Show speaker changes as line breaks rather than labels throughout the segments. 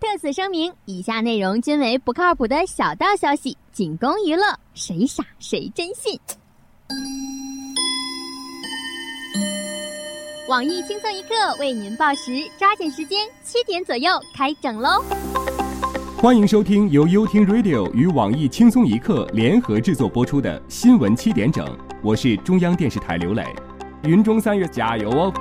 特此声明：以下内容均为不靠谱的小道消息，仅供娱乐，谁傻谁真信。网易轻松一刻为您报时，抓紧时间，七点左右开整喽！
欢迎收听由优听 Radio 与网易轻松一刻联合制作播出的《新闻七点整》，我是中央电视台刘磊。云中三月加油哦！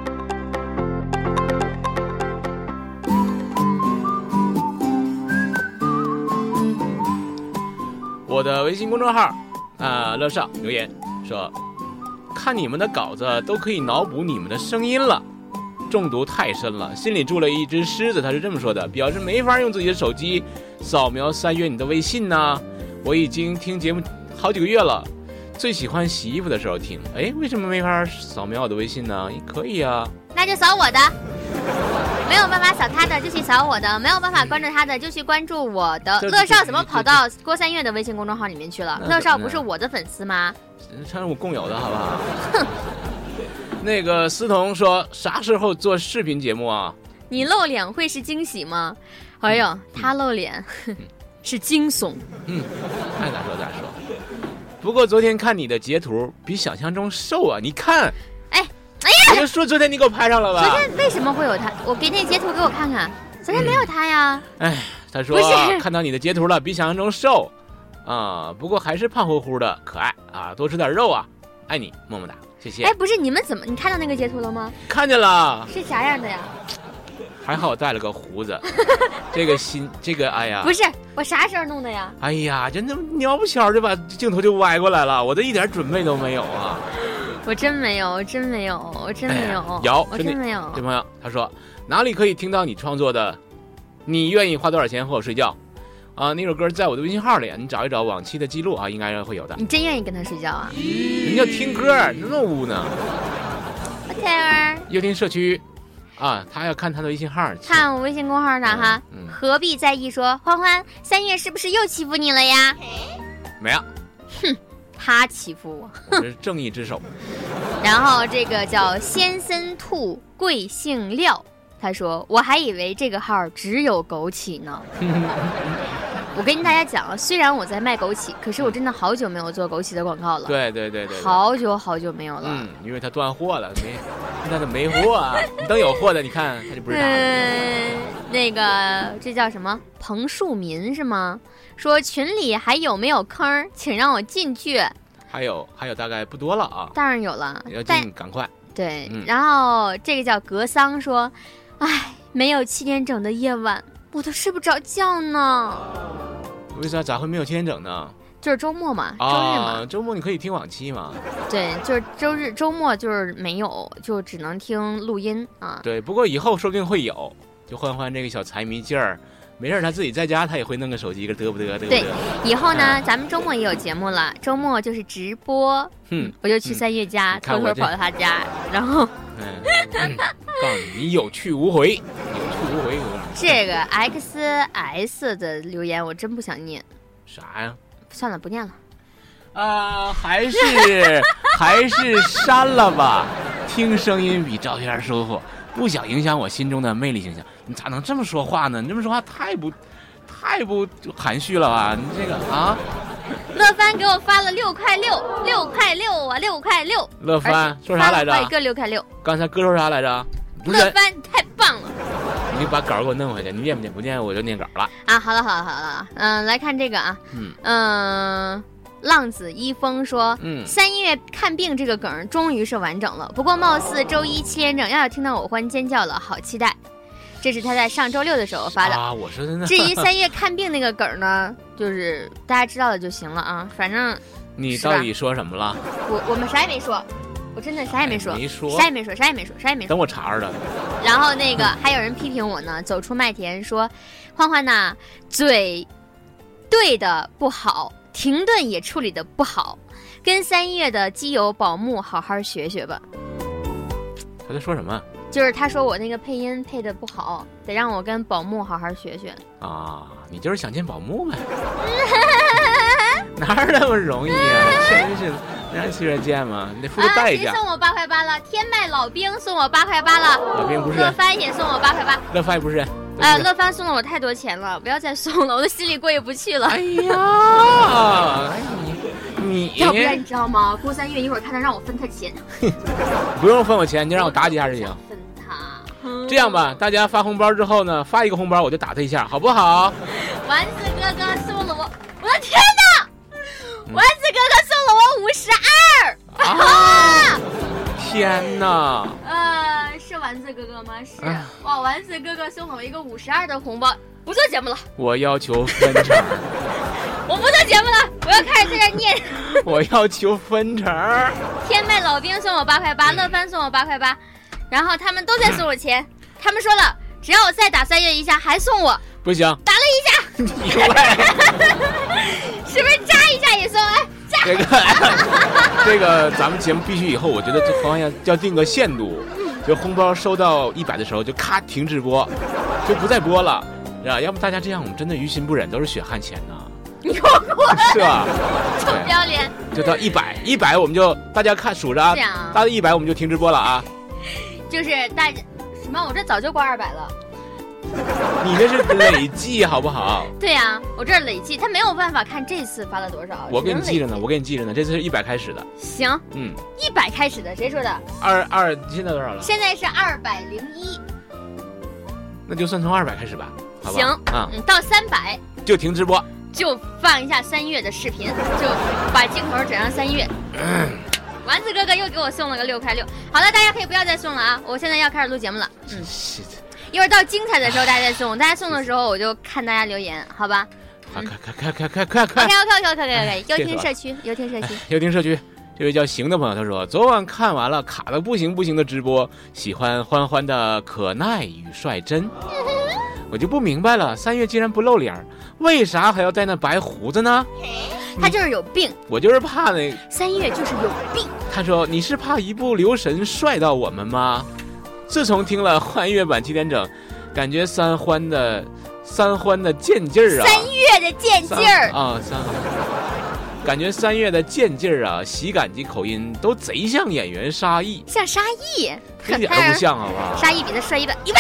我的微信公众号啊、乐少留言说，看你们的稿子都可以脑补你们的声音了，中毒太深了，心里住了一只狮子，他是这么说的，表示没法用自己的手机扫描三月你的微信呐、我已经听节目好几个月了，最喜欢洗衣服的时候听，哎，为什么没法扫描我的微信呢？可以啊，
那就扫我的。没有办法扫他的就去扫我的，没有办法关注他的就去关注我的。
对
乐
对
少
对
怎么
对
跑到郭三月的微信公众号里面去了
那？
乐少
怎么
不是我的粉丝吗？
他是我共有的，好不好？ 那个思彤说，啥时候做视频节目啊？
你露脸会是惊喜吗？哎呦，他露 脸是惊悚。
爱咋说咋说。不过昨天看你的截图，比想象中瘦啊！你看，
哎，
我就说昨天你给我拍上了
昨
吧？
天为什么会有他？我给你截图给我看看。昨天没有他呀，
哎，他说
不是
看到你的截图了，比想象中瘦啊、不过还是胖乎乎的，可爱啊！多吃点肉啊，爱你，么么哒，谢谢。
哎，不是你们怎么？你看到那个截图了吗？
看见了，
是啥样的呀？
还好我带了个胡子， 这个心，这个哎呀
不，是，我啥时候弄的呀？
哎呀，真的鸟不巧就把镜头就歪过来了，我这一点准备都没有啊。
我真没有，我真没有，我真没有，
哎有
我
真的
真没有。
这朋友他说哪里可以听到你创作的？你愿意花多少钱和我睡觉？啊，那首歌在我的微信号里，你找一找往期的记录啊，应该会有的。
你真愿意跟他睡觉啊
人家听歌那么污呢，
？Whatever。
又听社区，啊，他要看他的微信号。
看我微信公号呢哈，
嗯嗯
何必在意说欢欢三月是不是又欺负你了呀？
没有，
他欺负我。
我是正义 之手。
然后这个叫先森兔贵姓廖，他说我还以为这个号只有枸杞 呢。我跟大家讲啊，虽然我在卖枸杞，可是我真的好久没有做枸杞的广告了，
对对对对对。。
好久好久没有了。
嗯，因为他断货了，没，那他没货啊。 你等有货的，你看他就不是他了。
嗯，那个这叫什么？彭树民是吗？说群里还有没有坑儿，请让我进去。
还有还有，大概不多了啊，
当然有了
要，
但
进赶快。
对，
嗯
然后这个叫格桑说：“哎，没有七点整的夜晚，我都睡不着觉呢。
为啥咋会没有七点整呢？
就是周末嘛，周日嘛，
啊，周末你可以听往期嘛。
对，就是周日周末就是没有，就只能听录音啊。
对，不过以后说不定会有，就欢欢这个小财迷劲儿，没事儿他自己在家他也会弄个手机，一个嘚不嘚嘚不嘚
对。以后呢，咱们周末也有节目了，周末就是直播，
哼，
我就去三月家、
嗯你看
偷
我
偷
这
跑到他家，然后
嗯，嗯告诉你，你有去无回，有去无回，我告诉你
这个 X S 的留言我真不想念，
啥呀？
算了，不念了。
啊，还是还是删了吧，听声音比照片舒服，不想影响我心中的魅力形象。你咋能这么说话呢？你这么说话太不太不含蓄了吧？你这个啊，
乐翻给我发了六块六，六块六啊，六块六。
乐
而
翻
且
说啥来着
发了一？个六块六，
刚才哥说啥来着？不是
乐。翻你太棒了
你把稿儿给我弄回去，你念不念？不念我就念稿儿了。
啊！好了好了好了好了，嗯、来看这个啊，
嗯
嗯浪子一峰说，
嗯
三月看病这个梗儿终于是完整了，不过貌似周一七连整要有听到我欢尖叫了，好期待。这是他在上周六的时候发的。
啊， 我说真的，
至于三月看病那个梗儿呢，就是大家知道了就行了啊。反正
你
是吧
到底说什么了？
我我们啥也没说，我真的啥也没说，
哎没说
啥也没说，啥也没说，啥也没说。
等我查着了。
然后那个还有人批评我呢，走出麦田说：“欢欢呐，嘴对的不好，停顿也处理的不好，跟三月的基友宝木好好学学吧。
他在说什么”
就是他说我那个配音配的不好，得让我跟宝木好好学学。
啊？你就是想见 宝木呗？哪有那么容易啊？ 真是，让七月见吗？你得付出
啊，
代
谁
价。
送我八块八了？天麦老兵送我八块八了，
老兵不是
乐
人，
翻也送我八块八，
乐翻也不是人，不
哎，
是
乐翻送了我太多钱了，不要再送了，我都心里过意不去了。
哎呀，哎你
要不然你
你
知道吗？郭三月一会儿看他让我分他钱，
不用分我钱，你就让我打几下就行。
分他。
这样吧，大家发红包之后呢，发一个红包我就打他一下，好不好？
丸子哥哥送了我，我的天哪！丸子哥哥送了我五十二
啊！天哪！，
呃，是丸子哥哥吗？是
哎
哇，丸子哥哥送了我一个五十二的红包。不做节目了，
我要求分成，
我不做节目了，我要开始在这儿念。
我要求分成。
天麦老兵送我八块八，乐翻送我八块八，然后他们都在送我钱，他们说了，只要我再打三月一下还送我，
不行，
打了一下，
意外，
是不是扎一下也送？哎，扎
这个， 这个，咱们节目必须以后，我觉得这方向要定个限度，就红包收到一百的时候就咔停直播，就不再播了，是吧？要不大家这样，我们真的于心不忍，都是血汗钱呐，
你给我滚！
是吧？
臭不要脸！
就到一百，一百我们就大家看数着啊
这样啊，
到一百我们就停直播了啊。
就是大家什么？我这早就过二百了。
你那是累计好不好？
对呀、我这儿累计，他没有办法看这次发了多少。
我给你
只能
记着呢，
累
我给你记着呢，这次是一百开始的，
行，
嗯，
一百开始的，谁说的？
二二现在多少了？
现在是二百零一，
那就算从二百开始吧，好吧？
行
啊、
嗯，到三百
就停直播。
就放一下三月的视频，就把镜头转向三月。丸子哥哥又给我送了个六块六。好了，大家可以不要再送了啊！我现在要开始录节目了。嗯，一会儿到精彩的时候大家再送，大家送的时候我就看大家留言，好吧
快快快快快快
？OK
快！
OK OK OK OK，优
谢谢
听
啊
社区，优听社区。
优听社区，这位叫行的朋友他说，昨晚看完了卡的不行不行的直播，喜欢欢欢的可耐与率真。
嗯
我就不明白了，三月竟然不露脸儿，为啥还要戴那白胡子呢？
他就是有病，
我就是怕那
三月就是有病。
他说：“你是怕一不留神帅到我们吗？”自从听了幻乐版七点整，感觉三欢的三欢的贱劲儿啊，
三月的贱劲儿
三，啊，三欢，感觉三月的贱劲儿啊，喜感及口音都贼像演员沙溢，
像沙
哎
溢，啊
一点都不像，好不好？
沙溢比他帅一百一百。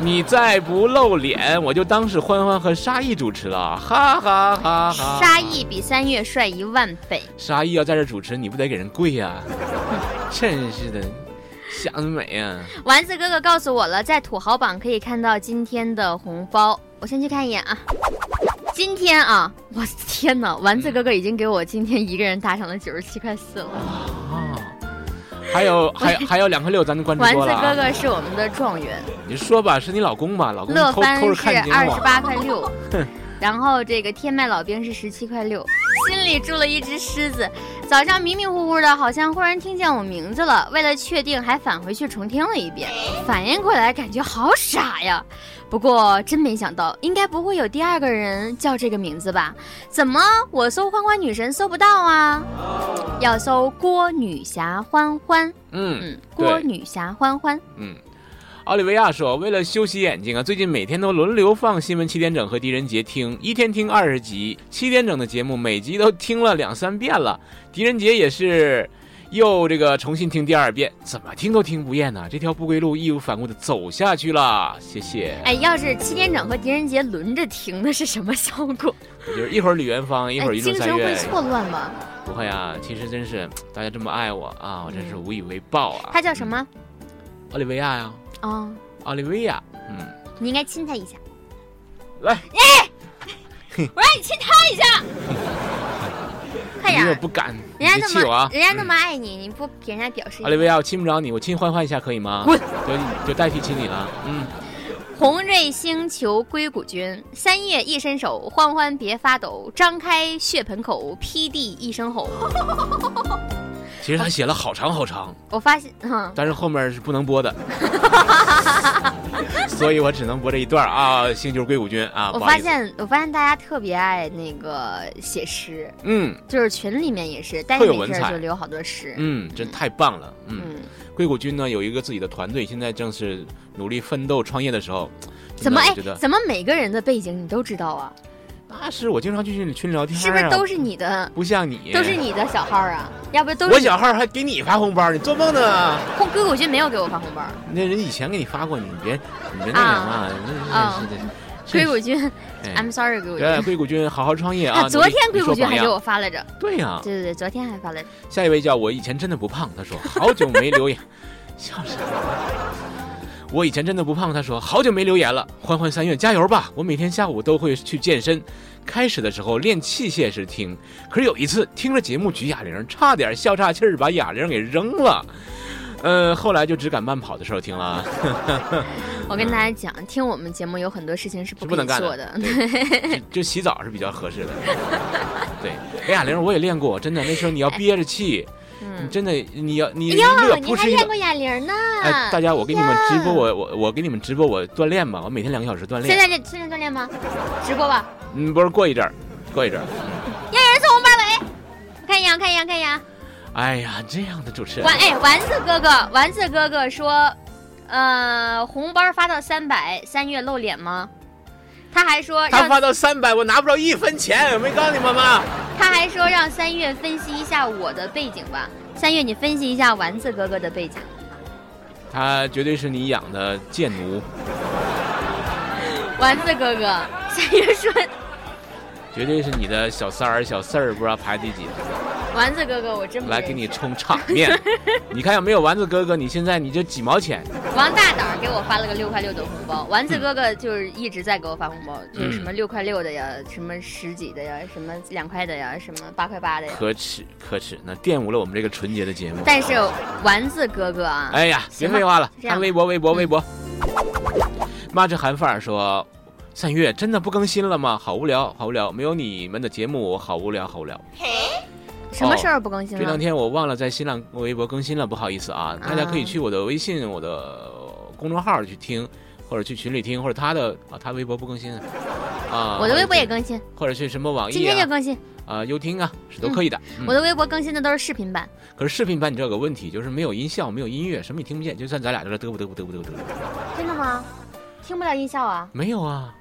你再不露脸，我就当是欢欢和沙溢主持了，哈哈哈哈！
沙溢比三月帅一万倍。
沙溢要在这主持，你不得给人跪呀、 真是的，想得美呀、啊！
丸子哥哥告诉我了，在土豪榜可以看到今天的红包，我先去看一眼啊。今天啊，我的天哪！丸
嗯
子哥哥已经给我今天一个人打赏了九十七块四了。
啊，还有还有还有两块六，咱就关注
丸
多
子
了、
哥
啊。
哥是我们的状元，
你就说吧，是你老公吧？老公
乐
偷
翻
偷着
是
看你节
二
目
十
啊。
八块六，然后这个天麦老兵是十七块六。 心里住了一只狮子，早上迷迷糊糊的，好像忽然听见我名字了。为了确定，还返回去重听了一 遍，反应过来，感觉好傻呀。不过真没想到，应该不会有第二个人叫这个名字吧？怎么我搜欢欢女神搜不到啊？要搜郭女侠欢欢，
哦嗯
嗯，郭
对
女侠欢欢。
嗯。奥利维亚说：“为了休息眼睛啊，最近每天都轮流放新闻七点整和狄仁杰听，一天听二十集，七点整的节目每集都听了两三遍了。狄仁杰也是又这个重新听第二遍，怎么听都听不厌呢、这条不归路义无反顾的走下去了。谢谢。
哎，要是七点整和狄仁杰轮着听，那是什么效果？哎
就是一会儿李元芳， 一会儿一
精
路
神
三
会
月，
错乱吗？
不会啊，其实真是大家这么爱我啊，我真是无以为报啊。
他叫什么？
嗯？奥利维亚呀，
哦，
奥利维亚。嗯，
你应该亲他一下。
来，
我让你亲他一下，快
你
点
怎么
儿！
不敢？你
哎人
别
家
气
那
我
么、
啊！
人家那么爱你，你不给人家表示
嗯
一
奥利
下？
维亚，我亲不着你，我亲欢欢一下可以吗？
滚
就就代替亲你了。嗯，
红瑞星球硅谷君，三叶一伸手，欢欢别发抖，张开血盆口，劈地一声吼。
其实他写了好长好长，
我发现，嗯，
但是后面是不 能播的，所以我只能播这一段啊。星球硅谷君啊，
我
不好
发
意思。
现，我发现大家特别爱那个写诗，
嗯
就是群里面也是，但
特
是
有
没
文
事儿
采
就留好多诗。
嗯，真太棒了。嗯。
嗯，
硅谷君呢有一个自己的团队，现在正是努力奋斗创业的时候。
怎么
真
哎
的我觉？得
怎么每个人的背景你都知道啊？
那是我经常去群里群里聊天、啊，
是不是都是你的，
不像你？
都是你的小号啊？要不都
我
是你
小号还给你发红包，你做梦呢？
空哥哥，我觉得没有给我发红包。
那人以前给你发过，你别你别那什么啊，
啊
真是真
鬼
是
谷君
哎
，I'm sorry，鬼谷君。
哎，硅谷君好好创业啊！
啊，昨天
努
鬼
力
谷君还给
做榜样
我发来着，
对呀，
对对对，昨天还发来着。
下一位叫我以前真的不胖，他说好久没留言，笑什么？我以前真的不胖，他说好久没留言了。欢欢三月加油吧！我每天下午都会去健身，开始的时候练器械时听，可是有一次听着节目举哑铃，差点笑岔气儿把哑铃给扔了。呃，后来就只敢慢跑的时候听了啊，
我跟大家讲，听我们节目有很多事情是不
是不
可以
能干
做
的。对就就洗澡是比较合适 的。对，哎哑铃我也练过，真的，那时候你要憋着气，你
哎嗯，
真的你要你一
哟
乐，
你
扑
还
哧一乐
练。过哑铃呢？
哎，大家，我给你们
呀
直播，我我我给你们直播，我锻炼吧，我每天两个小时锻
现
炼。
在这现在锻炼吗？直播吧。
嗯，不是过一阵儿，过一阵儿。
要有人送红包了，哎，我看一眼，我看一眼，我看一眼啊。
哎呀，这样的主持人
丸，哎，丸子哥哥，丸子哥哥说，呃，红包发到三百，三月露脸吗？他还说
他
让
发到三百，我拿不着一分钱，我没告诉你们吗？
他还说让三月分析一下我的背景吧。三月，你分析一下丸子哥哥的背景。
他绝对是你养的贱奴，
丸子哥哥，三月说，
绝对是你的小三儿、小四儿，不知道排第几，
丸子哥哥，我真不
来
认
给你
识
充场面。 你看，要没有丸子哥哥，你现在你就几毛钱。
王大胆儿给我发了个六块六的红包，丸
嗯
子哥哥就是一直在给我发红包，就是什么六块六的呀，什么十几的呀，什么两块的呀，什么八块八的呀。
可耻，可耻！那玷污了我们这个纯洁的节目。
但是丸子哥哥啊，
哎呀，别
行吧
废话了，
这样
看微博，微博，微博。妈，这韩范儿说，三月真的不更新了吗？好无聊，好无聊，没有你们的节目，我好无聊，好无聊。
什
哦
么事儿不更新
这两
了？
天我忘了在新浪微博更新了，不好意思啊，大家可以去我的微信、我的呃公众号去听，或者去群里听，或者他的啊，他微博不更新啊，
我的微博也
更，
更新，
或者去什么网
今
易
天就
啊、
更新。
啊优听啊，是都可以的。嗯
我的微博更新的都是视频版，
可是视频版你知道有个问题，就是没有音效，没有音乐，什么也听不见，就算咱俩在这嘚啵嘚啵嘚啵嘚啵嘚啵。
真的吗？听不了音效啊！
没有啊。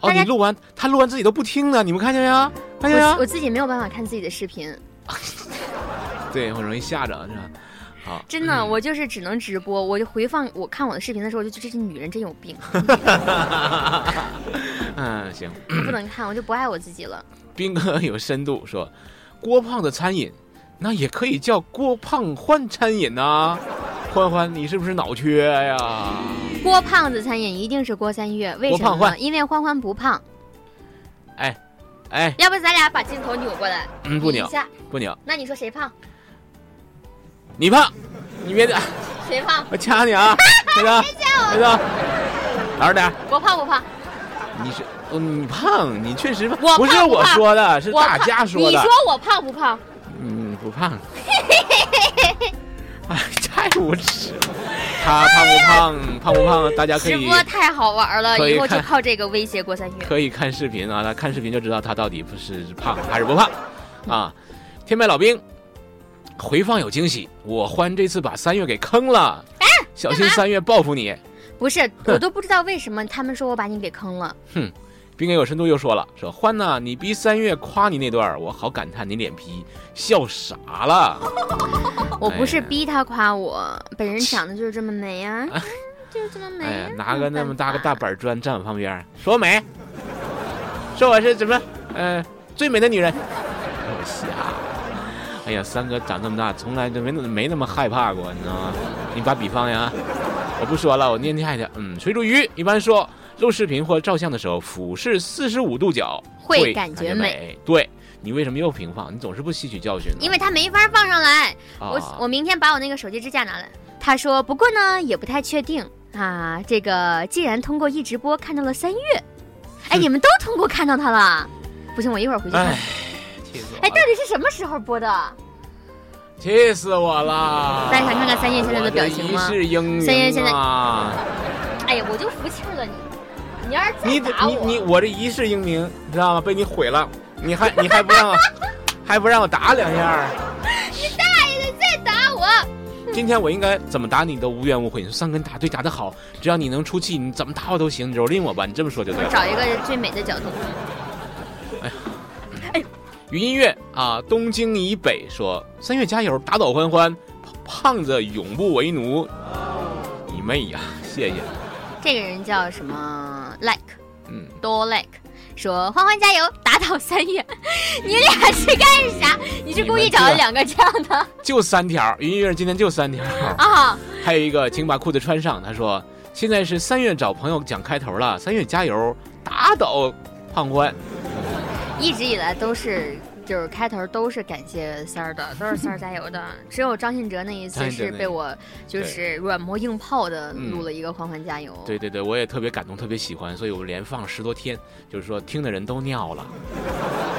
哦，
大家
你录完，他录完自己都不听呢，你们看见没有？啊看见没
哎我
有？
我自己没有办法看自己的视频，
对，我容易吓着，是吧？好，
真的，我就是只能直播，我就回放我看我的视频的时候，我就觉得这女人真有病，啊
嗯，行。
我不能看，我就不爱我自己了。
斌哥有深度说，郭胖的餐饮，那也可以叫郭胖欢餐饮呐、欢欢，你是不是脑缺呀、
郭胖子餐饮一定是郭三月，为什
郭胖
么呢？
换
因为欢欢不胖。
哎，
要不咱俩把镜头扭过来，
嗯，不
拧
鸟
一，下。
不鸟，
那你说谁胖？
你胖，你别打，
谁胖？
我掐 你啊！别打，别打，老实点儿。
我胖不胖？
你是，哦你胖，你确实胖，
我
不是
胖不
我
胖
说的，是
我
大
胖
家说
你
的。
说我胖不胖？
嗯，不胖。哎，太无耻了！他胖不胖，胖不胖，大家可
直
以
播太好玩了，
可以
以后就
看
靠这个威胁郭三月。
可以看视频啊，他看视频就知道他到底不是胖还是不胖啊。天麦老兵，回放有惊喜，我欢这次把三月给坑了，
啊
小心三月报复你。
不是， 我都不知道为什么他们说我把你给坑了。
哎冰哥有深度又说了，说欢呐、你逼三月夸你那段儿，我好感叹你脸皮，笑傻了。
我不是
哎呀
逼他夸我，本人长得就是这么美 呀、啊，就是这么美、
哎
呀
呀，拿个那么大个
没
大
有办法
板砖站我旁边儿，说我美，说我是怎么，呃，最美的女人。我瞎。哎呀，三哥长这么大，从来就没那没那么害怕过，你知道吗？你打比方呀，我不说了，我念念一下，嗯，水煮鱼一般说录视频或照相的时候，俯视四十五度角
会感觉美
美。对你为什么又平放？你总是不吸取教训呢。
因为他没法放上来。
啊
我我明天把我那个手机支架拿来。他说，不过呢，也不太确定啊。这个既然通过一直播看到了三月， 哎，你们都通过看到他了，不行，我一会儿回去看。
哎，气死我
哎，
了！
到底是什么时候播的？
气死我了！
大家想看看三叶现在的表情吗
我这一世英雄啊
三叶现在哎呀，我就服气了你。你要是
你
再打
你
我，
你，我这一世英名，你知道吗？被你毁了，你还 你还不让我，还不让我打两下儿。
大爷的再打我，
今天我应该怎么打你都无怨无悔。你说三根打对打得好，只要你能出气，你怎么打我都行。你蹂躏我吧，你这么说就对
我
了。
找一个最美的角度。
云音乐啊，东京以北说三月加油，打倒欢欢，胖子永不为奴。你妹呀！谢谢。
这个人叫什么？Like
嗯，
多 Like 说欢欢加油，打倒三月。你俩是干啥？你是故意找了两个这样的
就三条，云音乐今天就三条。
啊？
还有一个，请把裤子穿上。他说现在是三月找朋友讲开头了，三月加油，打倒胖欢。
一直以来都是。就是开头都是感谢三儿的，都是三儿加油的。只有张信哲那一
张
次
信哲
是
那
被我就是软磨硬泡的
嗯
录了一个欢欢加油。
对对对，我也特别感动，特别喜欢，所以我连放十多天，就是说听的人都尿了，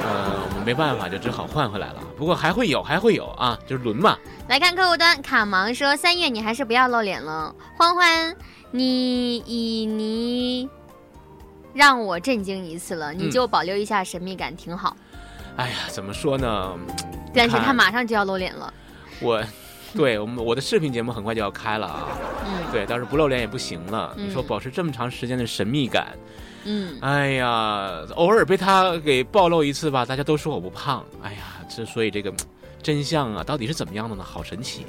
呃，我们没办法，就只好换回来了。不过还会有，还会有啊，就是轮嘛。
来看客户端，卡芒说：“三月你还是不要露脸了，欢欢，你以你让我震惊一次了，你就保留一下神秘感，挺好。
哎呀，怎么说呢？
但是他
看
马上就要露脸了，
我，对我们我的视频节目很快就要开了啊，
嗯
对，到时候不露脸也不行了。
嗯
你说保持这么长时间的神秘感，
嗯，
哎呀，偶尔被他给暴露一次吧，大家都说我不胖。哎呀，之所以这个真相啊，到底是怎么样的呢？好 神奇。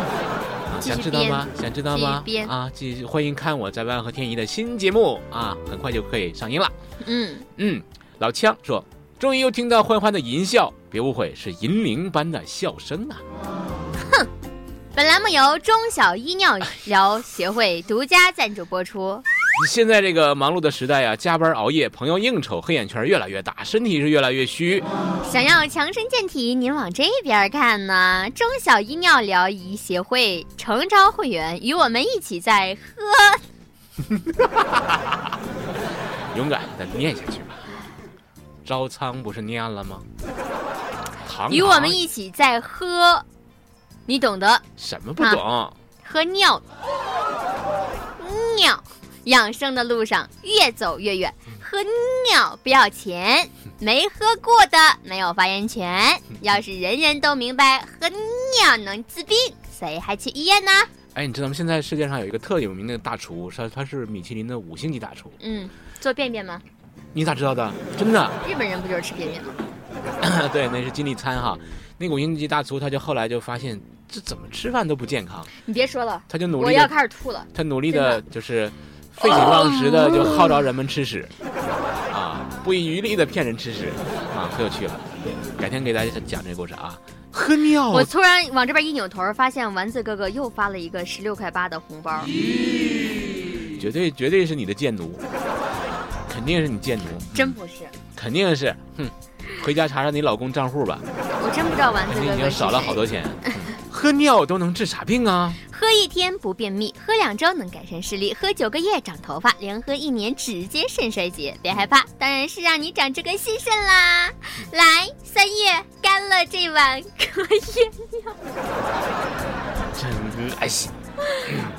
啊
继续
想知道吗？想知道吗
继续？编
啊，继续欢迎看我在万和天宜的新节目啊，很快就可以上映了。
嗯，
嗯，老枪说，终于又听到欢欢的淫笑，别误会，是银铃般的笑声啊。
本栏目由中小医尿疗协会独家赞助播出。
现在这个忙碌的时代啊，加班熬夜，朋友应酬，黑眼圈越来越大，身体是越来越虚。
想要强身健体，您往这边看呢。中小医尿疗仪协会诚招会员，与我们一起在
勇敢的念下去吧。招苍不是念了吗？堂堂
与我们一起在喝，你懂得，
什么不
啊
懂？
喝尿，尿，养生的路上越走越远，喝尿不要钱，没喝过的没有发言权。要是人人都明白喝尿能治病，谁还去医院呢？
哎，你知道吗？现在世界上有一个特有名的大厨，他他是米其林的五星级大厨。
嗯，做便便吗？
你咋知道的？真的？
日本人不就是吃便便吗？
对，那是金立餐哈。那个五星级大厨，他就后来就发现这怎么吃饭都不健康，
你别说了，
他就努
我
力
要
的，
开始吐了。
他努力的就是废寝忘食
哦
的就号召人们吃屎，啊，不遗余力的骗人吃屎，啊，可有趣了。改天给大家讲这个故事啊。喝尿
我突然往这边一扭头，发现丸子哥哥又发了一个十六块八的红包。
绝对绝对是你的贱奴，肯定是你贱奴，
真不是，
肯定是，哼，回家查查你老公账户吧，
我真不知道丸子
肯
哥哥
定已
是
经少了
谁
好多钱。嗯喝尿都能治啥病啊？
喝一天不便秘，喝两周能改善视力，喝九个月长头发，连喝一年直接肾衰竭。别害怕，当然是让你长这根新肾啦！来，三月干了这碗隔夜。
真恶心，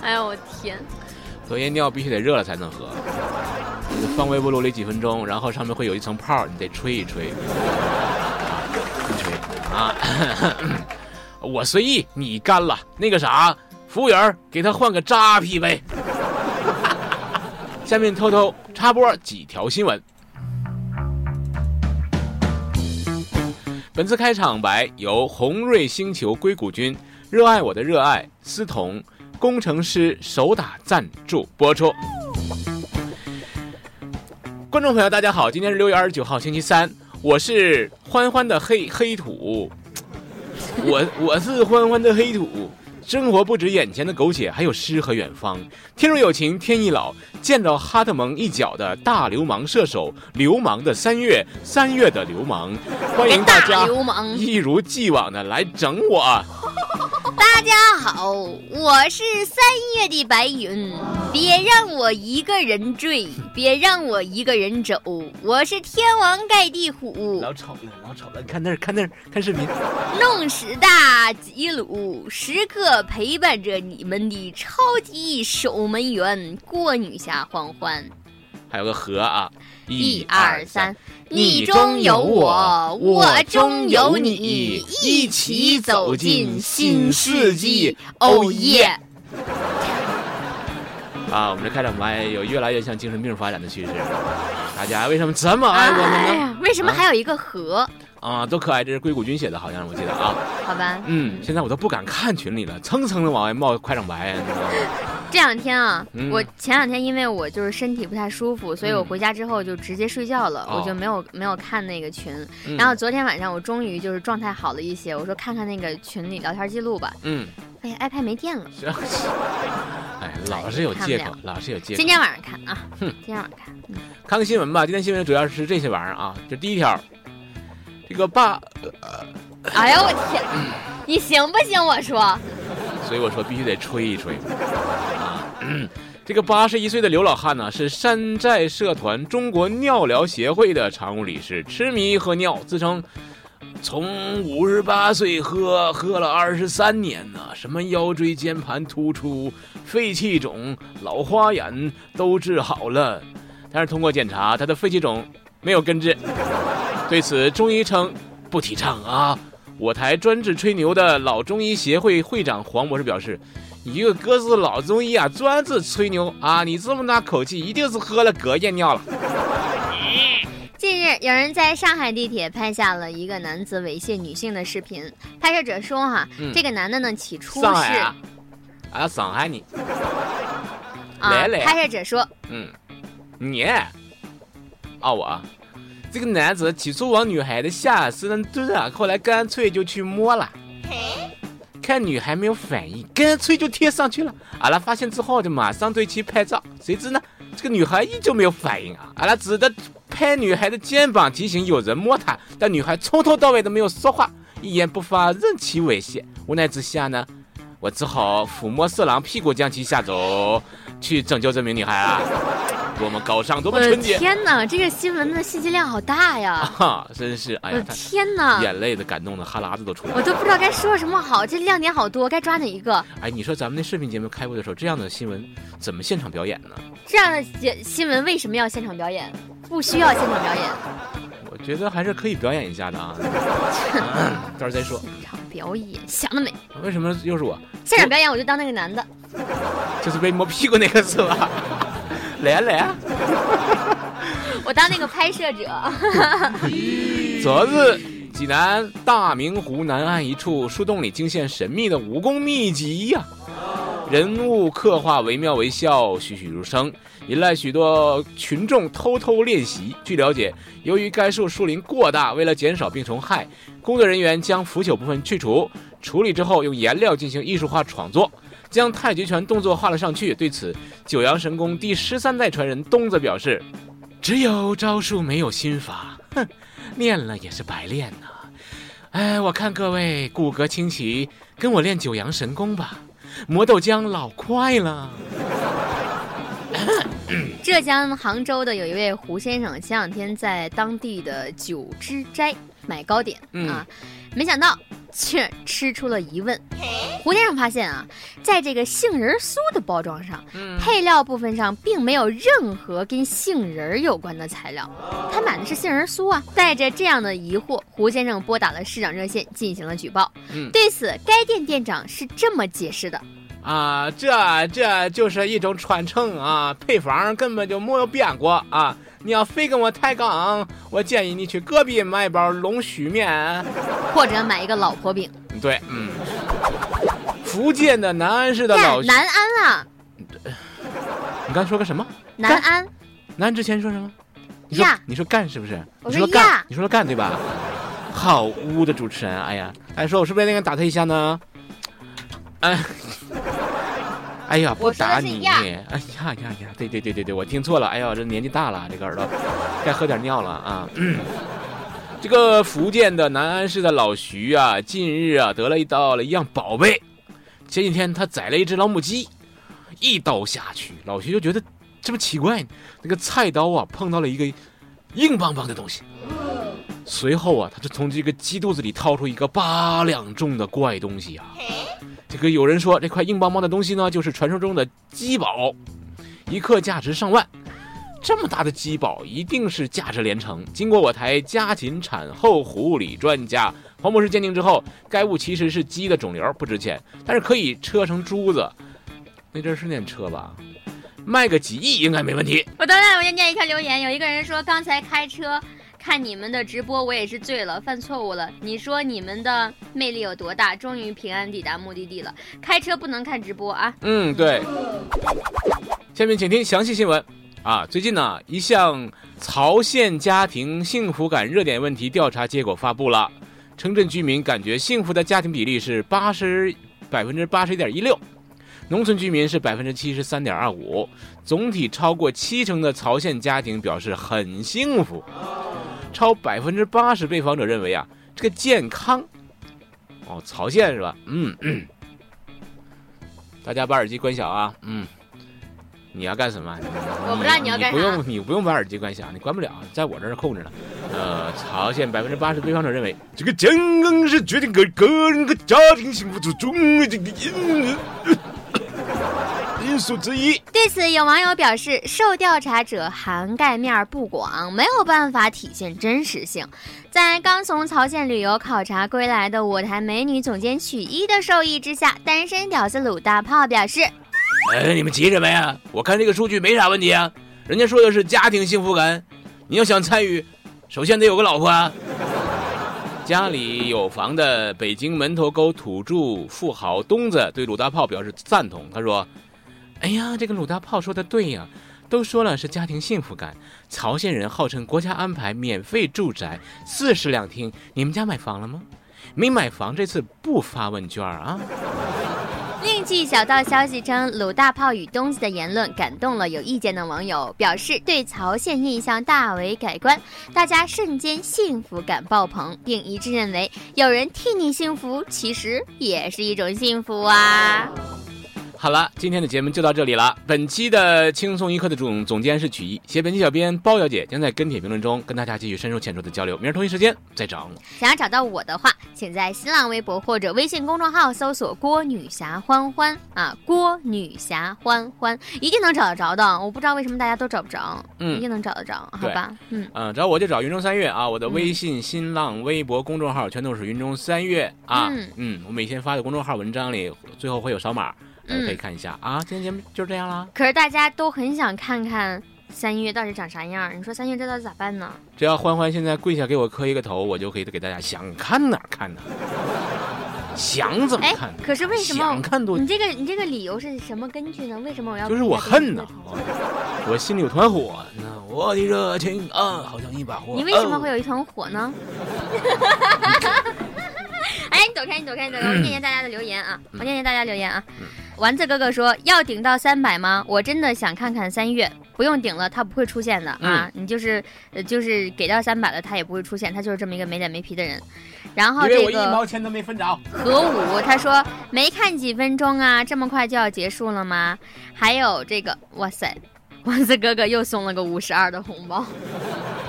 哎呦我天！
隔夜尿必须得热了才能喝，就放微波炉里几分钟，然后上面会有一层泡，你得吹一吹，一吹啊。 我随意，你干了那个啥，服务员儿给他换个扎啤呗。 下面偷偷插播几条新闻。本次开场白由红瑞星球硅谷君、热爱我的热爱、思彤、工程师手打赞助播出。观众朋友，大家好，今天是六月二十九号，星期三，我是欢欢的黑黑土，我我是欢欢的黑土。生活不止眼前的苟且，还有诗和远方。天若有情天亦老，见到哈特蒙一脚的大流氓射手，流氓的三月，三月的流氓，欢迎大
大
家
流氓！
一如既往的来整我啊。
大家好，我是三月的白云，别让我一个人醉，别让我一个人走，我是天王盖地虎。
老瞅了，老瞅了，看那儿，看那儿，看视频。
弄死大吉鲁，时刻陪伴着你们的超级守门员郭女侠欢欢。
还有个和啊，
一二三，，
你
你
中
中
有
有
我
我，
我
我
中
中
有
有
你
你，
一
一
起
起
走
走
进
进
新
新
世
世
纪
纪。
哦
哦
耶
耶！
啊，我
哎
们这开场白有越来越向精神病发展的趋势。大家为什么这么爱我们呢？
呀，为啊为什么
啊
还有一个和？
啊，多可爱！这是硅谷君写的，好像是我记得啊。
好吧，
嗯，现在我都不敢看群里了，蹭蹭的往外冒快长白，你知道吗？
这两天啊，
嗯
我前两天因为我就是身体不太舒服，所以我
嗯
回家之后就直接睡觉了，
哦
我就没有没有看那个群。
嗯
然后昨天晚上我终于就是状态好了一些，我说看看那个群里聊天记录吧，
嗯，
发现 iPad 没电了，
行。哎，老是有借口，老是有借口
今。天晚上看啊，今天晚上看。嗯
看看新闻吧，今天新闻主要是这些玩意儿啊。就第一条，这个爸，
哎呀，我天，
嗯
你行不行？我说，
所以我说必须得吹一吹。啊，嗯这个八十一岁的刘老汉呢，是山寨社团中国尿疗协会的常务理事，痴迷喝尿，自称从五十八岁喝喝了二十三年呢、什么腰椎间盘突出、肺气肿、老花眼都治好了，但是通过检查，他的肺气肿没有根治。对此，中医称不提倡啊。我台专治吹牛的老中医协会会长黄博士表示：“你一个哥是老中医啊，专治吹牛啊！你这么大口气，一定是喝了隔夜尿了。
近日，有人在上海地铁拍下了一个男子猥亵女性的视频。拍摄者说，哈，
嗯
这个男的呢，起”初是
上海啊，啊，上海你，来来
啊拍摄者说，
嗯，你啊，我啊，这个男子起初往女孩的下身蹲啊，后来干脆就去摸了，看女孩没有反应，干脆就贴上去了。阿拉发现之后就马上对其拍照，谁知呢，这个女孩依旧没有反应啊，阿拉只得拍女孩的肩膀提醒有人摸她，但女孩从头到尾都没有说话，一言不发，任其猥亵。无奈之下呢，我只好抚摸色狼屁股将其吓走，去拯救这名女孩啊！多么高尚，多么
我的
纯洁
天哪，这个新闻的信息量好大呀！
啊！真是， 哎
我
呀
的，天哪
她，眼泪的感动的哈喇子都出来
我
了。
都不知道该说什么好，这亮点好多，该抓哪一个？
哎，你说咱们那视频节目开播的时候，这样的新闻怎么现场表演呢？
这样的节新闻为什么要现场表演？不需要现场表演，
我觉得还是可以表演一下的啊。嗯到时候再说。
现场表演，想得美！
为什么又是我？
现场表演我就当那个男的，
就是被摸屁股那个是吧？ 来啊来啊！
我当那个拍摄者。
昨日，济南大明湖南岸一处树洞里惊现神秘的武功秘籍呀、人物刻画惟妙惟肖，栩栩如生，引来许多群众偷偷练习。据了解，由于该树树林过大，为了减少病虫害，工作人员将腐朽部分去除，处理之后用颜料进行艺术化创作，将太极拳动作画了上去。对此，九阳神功第十三代传人东子表示：“只有招数没有心法。”练了也是白练呐、哎，我看各位骨骼清奇，跟我练九阳神功吧，磨豆浆老快了。
浙江杭州的有一位胡先生，前两天在当地的九芝斋买糕点、
嗯
啊，没想到却吃出了疑问。胡先生发现啊，在这个杏仁酥的包装上，
嗯
配料部分上并没有任何跟杏仁儿有关的材料，他买的是杏仁酥啊。带着这样的疑惑，胡先生拨打了市长热线进行了举报。
嗯
对此，该店店长是这么解释的。
啊，这这就是一种传承啊，配方根本就没有变过啊。你要非跟我抬杠，我建议你去隔壁买一包龙须面。
或者买一个老婆饼，
对，嗯，福建的南安市的老
但
徐，
南安啊，
你刚说个什么？
南安
南安之前说什么？你说
呀
你说干是不是？
我
你
说
说干
呀，
你说干对吧？好污的主持人，哎呀，哎，说我是不是应该打他一下呢？哎，哎呀，不
我说的
打
是
你！
呀
哎呀呀呀，对对对对对，我听错了。哎呀，这年纪大了，这个耳朵该喝点尿了啊。这个福建的南安市的老徐啊，近日啊得了一到了一样宝贝。前几天他宰了一只老母鸡，一刀下去，老徐就觉得这么奇怪，那个菜刀啊碰到了一个硬邦邦的东西。
嗯
随后啊，他就从这个鸡肚子里掏出一个八两重的怪东西啊。这个有人说，这块硬邦邦的东西呢，就是传说中的鸡宝，一克价值上万。这么大的鸡宝，一定是价值连城。经过我台家禽产后护理专家黄博士鉴定之后，该物其实是鸡的肿瘤，不值钱，但是可以车成珠子。那阵儿是念车吧？卖个几亿应该没问题。
我刚才我就念一条留言，有一个人说刚才开车。看你们的直播，我也是醉了，犯错误了。你说你们的魅力有多大？终于平安抵达目的地了。开车不能看直播啊！
嗯，对。下面请听详细新闻。啊，最近呢，一项曹县家庭幸福感热点问题调查结果发布了，城镇居民感觉幸福的家庭比例是八十百分之八十一点一六，农村居民是百分之七十三点二五，总体超过七成的曹县家庭表示很幸福，超百分之八十被访者认为啊，这个健康，哦，曹县是吧？嗯，嗯大家把耳机关小啊，嗯。你要干什么？
我不知道你要干
不
啥
用，嗯你不用把耳机关小，你关不了，在我这儿控制呢。呃，曹县百分之八十对方者认为，这个健康是决定个个人和家庭幸福的重要这个因因素之一。
对此，有网友表示，受调查者涵盖面不广，没有办法体现真实性。在刚从曹县旅游考察归来的我台美女总监曲一的授意之下，单身屌丝鲁大炮表示，
哎，你们急什么呀？我看这个数据没啥问题啊，人家说的是家庭幸福感，你要想参与，首先得有个老婆啊。家里有房的北京门头沟土著富豪东子对鲁大炮表示赞同，他说：“哎呀，这个鲁大炮说的对呀、都说了是家庭幸福感。曹县人号称国家安排免费住宅四室两厅，你们家买房了吗？没买房，这次不发问卷儿啊。”
另据小道消息称，鲁大炮与东子的言论感动了有意见的网友，表示对曹县印象大为改观，大家瞬间幸福感爆棚，并一致认为有人替你幸福，其实也是一种幸福啊。
好了，今天的节目就到这里了。本期的轻松一刻的总总监是曲艺，写本期小编包小姐将在跟帖评论中跟大家继续深入浅出的交流。明儿同一时间再找我。
想要找到我的话，请在新浪微博或者微信公众号搜索“郭女侠欢欢”啊，“郭女侠欢欢”一定能找得着的。我不知道为什么大家都找不着，一
嗯
定能找得着，好
对
吧？嗯，
嗯、找我就找云中三月啊，我的微信、新浪微博公众号全都是云中三月啊。
嗯
嗯我每天发的公众号文章里最后会有扫码，呃
嗯
可以看一下啊。今天节目就是这样啦，
可是大家都很想看看三月到底长啥样儿，你说三月这到底咋办呢？
只要欢欢现在跪下给我磕一个头，我就可以给大家想看哪儿看哪儿，想怎么
哎
看哪，儿
可是为什么
想？看多
你这个你这个理由是什么根据呢？为什么我要
就是
跪
我
下给
恨
你磕
呐
头，
我心里有团火呢，我的热情啊，好像一把火。
你为什么
哦
会有一团火呢？
嗯
哎，你躲开，你躲开，你躲开！我念念大家的留言啊，
嗯
我念念大家留言啊。丸子哥哥说要顶到三百吗？我真的想看看三月，不用顶了，他不会出现的
嗯
啊！你就是呃就是给到三百了，他也不会出现，他就是这么一个没脸没皮的人。然后
因为
这
我一
个
毛钱都没 分着。
何武他说没看几分钟啊，这么快就要结束了吗？还有这个，哇塞，丸子哥哥又送了个五十二的红包，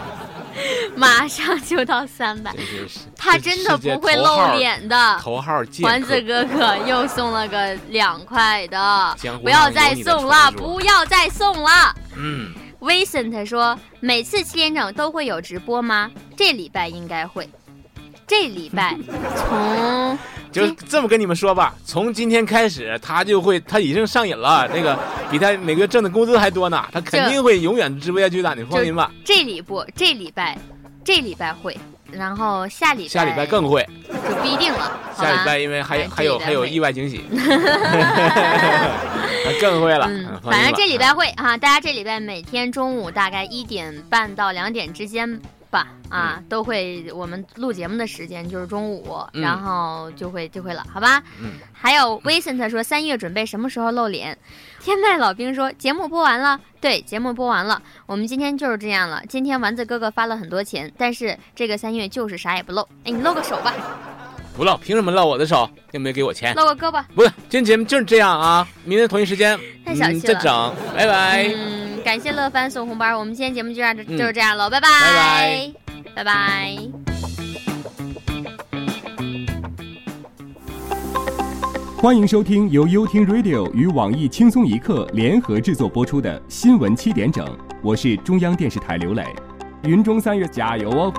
马上就到三百。
真是是
他
这
真的
世界
不会
头号
露。脸的。
头号剑
丸子
客，
哥哥又送了个两块的
江，湖
不要
上
再
有你的
送了，
传说
不要再送了。
嗯，
Vincent 说，每次七点整都会有直播吗？这礼拜应该会。这礼拜从
就这么跟你们说吧，从今天开始，他就会，他已经上瘾了，这个比他每个月挣的工资还多呢，他肯定会永远直播下去的，你放心吧。
这礼不这礼拜这礼拜会，然后下礼拜
下礼拜更会，
就不一定了，好
下
吧
礼？拜因为还
哎
还有
这礼拜
还有
会
意 外惊喜， 更会了。
嗯，
放
反
心
正
吧
这礼拜会啊，大家这礼拜每天中午大概一点半到两点之间吧，啊，都会我们录节目的时间就是中午，
嗯
然后就会就会了，好吧？
嗯
还有 Vincent 说三月准备什么时候露脸？天籁老兵说节目播完了，对，节目播完了，我们今天就是这样了。今天丸子哥哥发了很多钱，但是这个三月就是啥也不露。哎，你露个手吧，
不露，凭什么露我的手？又没给我 钱。
露个胳膊。
不是，今天节目就是这样啊！明天同一时间，
太小气了
嗯、再整，拜拜。
嗯，感谢乐翻送红包，我们今天节目就这样，
嗯
就是这样了，拜拜，拜
拜
拜
欢迎收听由优听 Radio 与网易轻松一刻联合制作播出的《新闻七点整》，我是中央电视台刘磊。云中三月加油哦！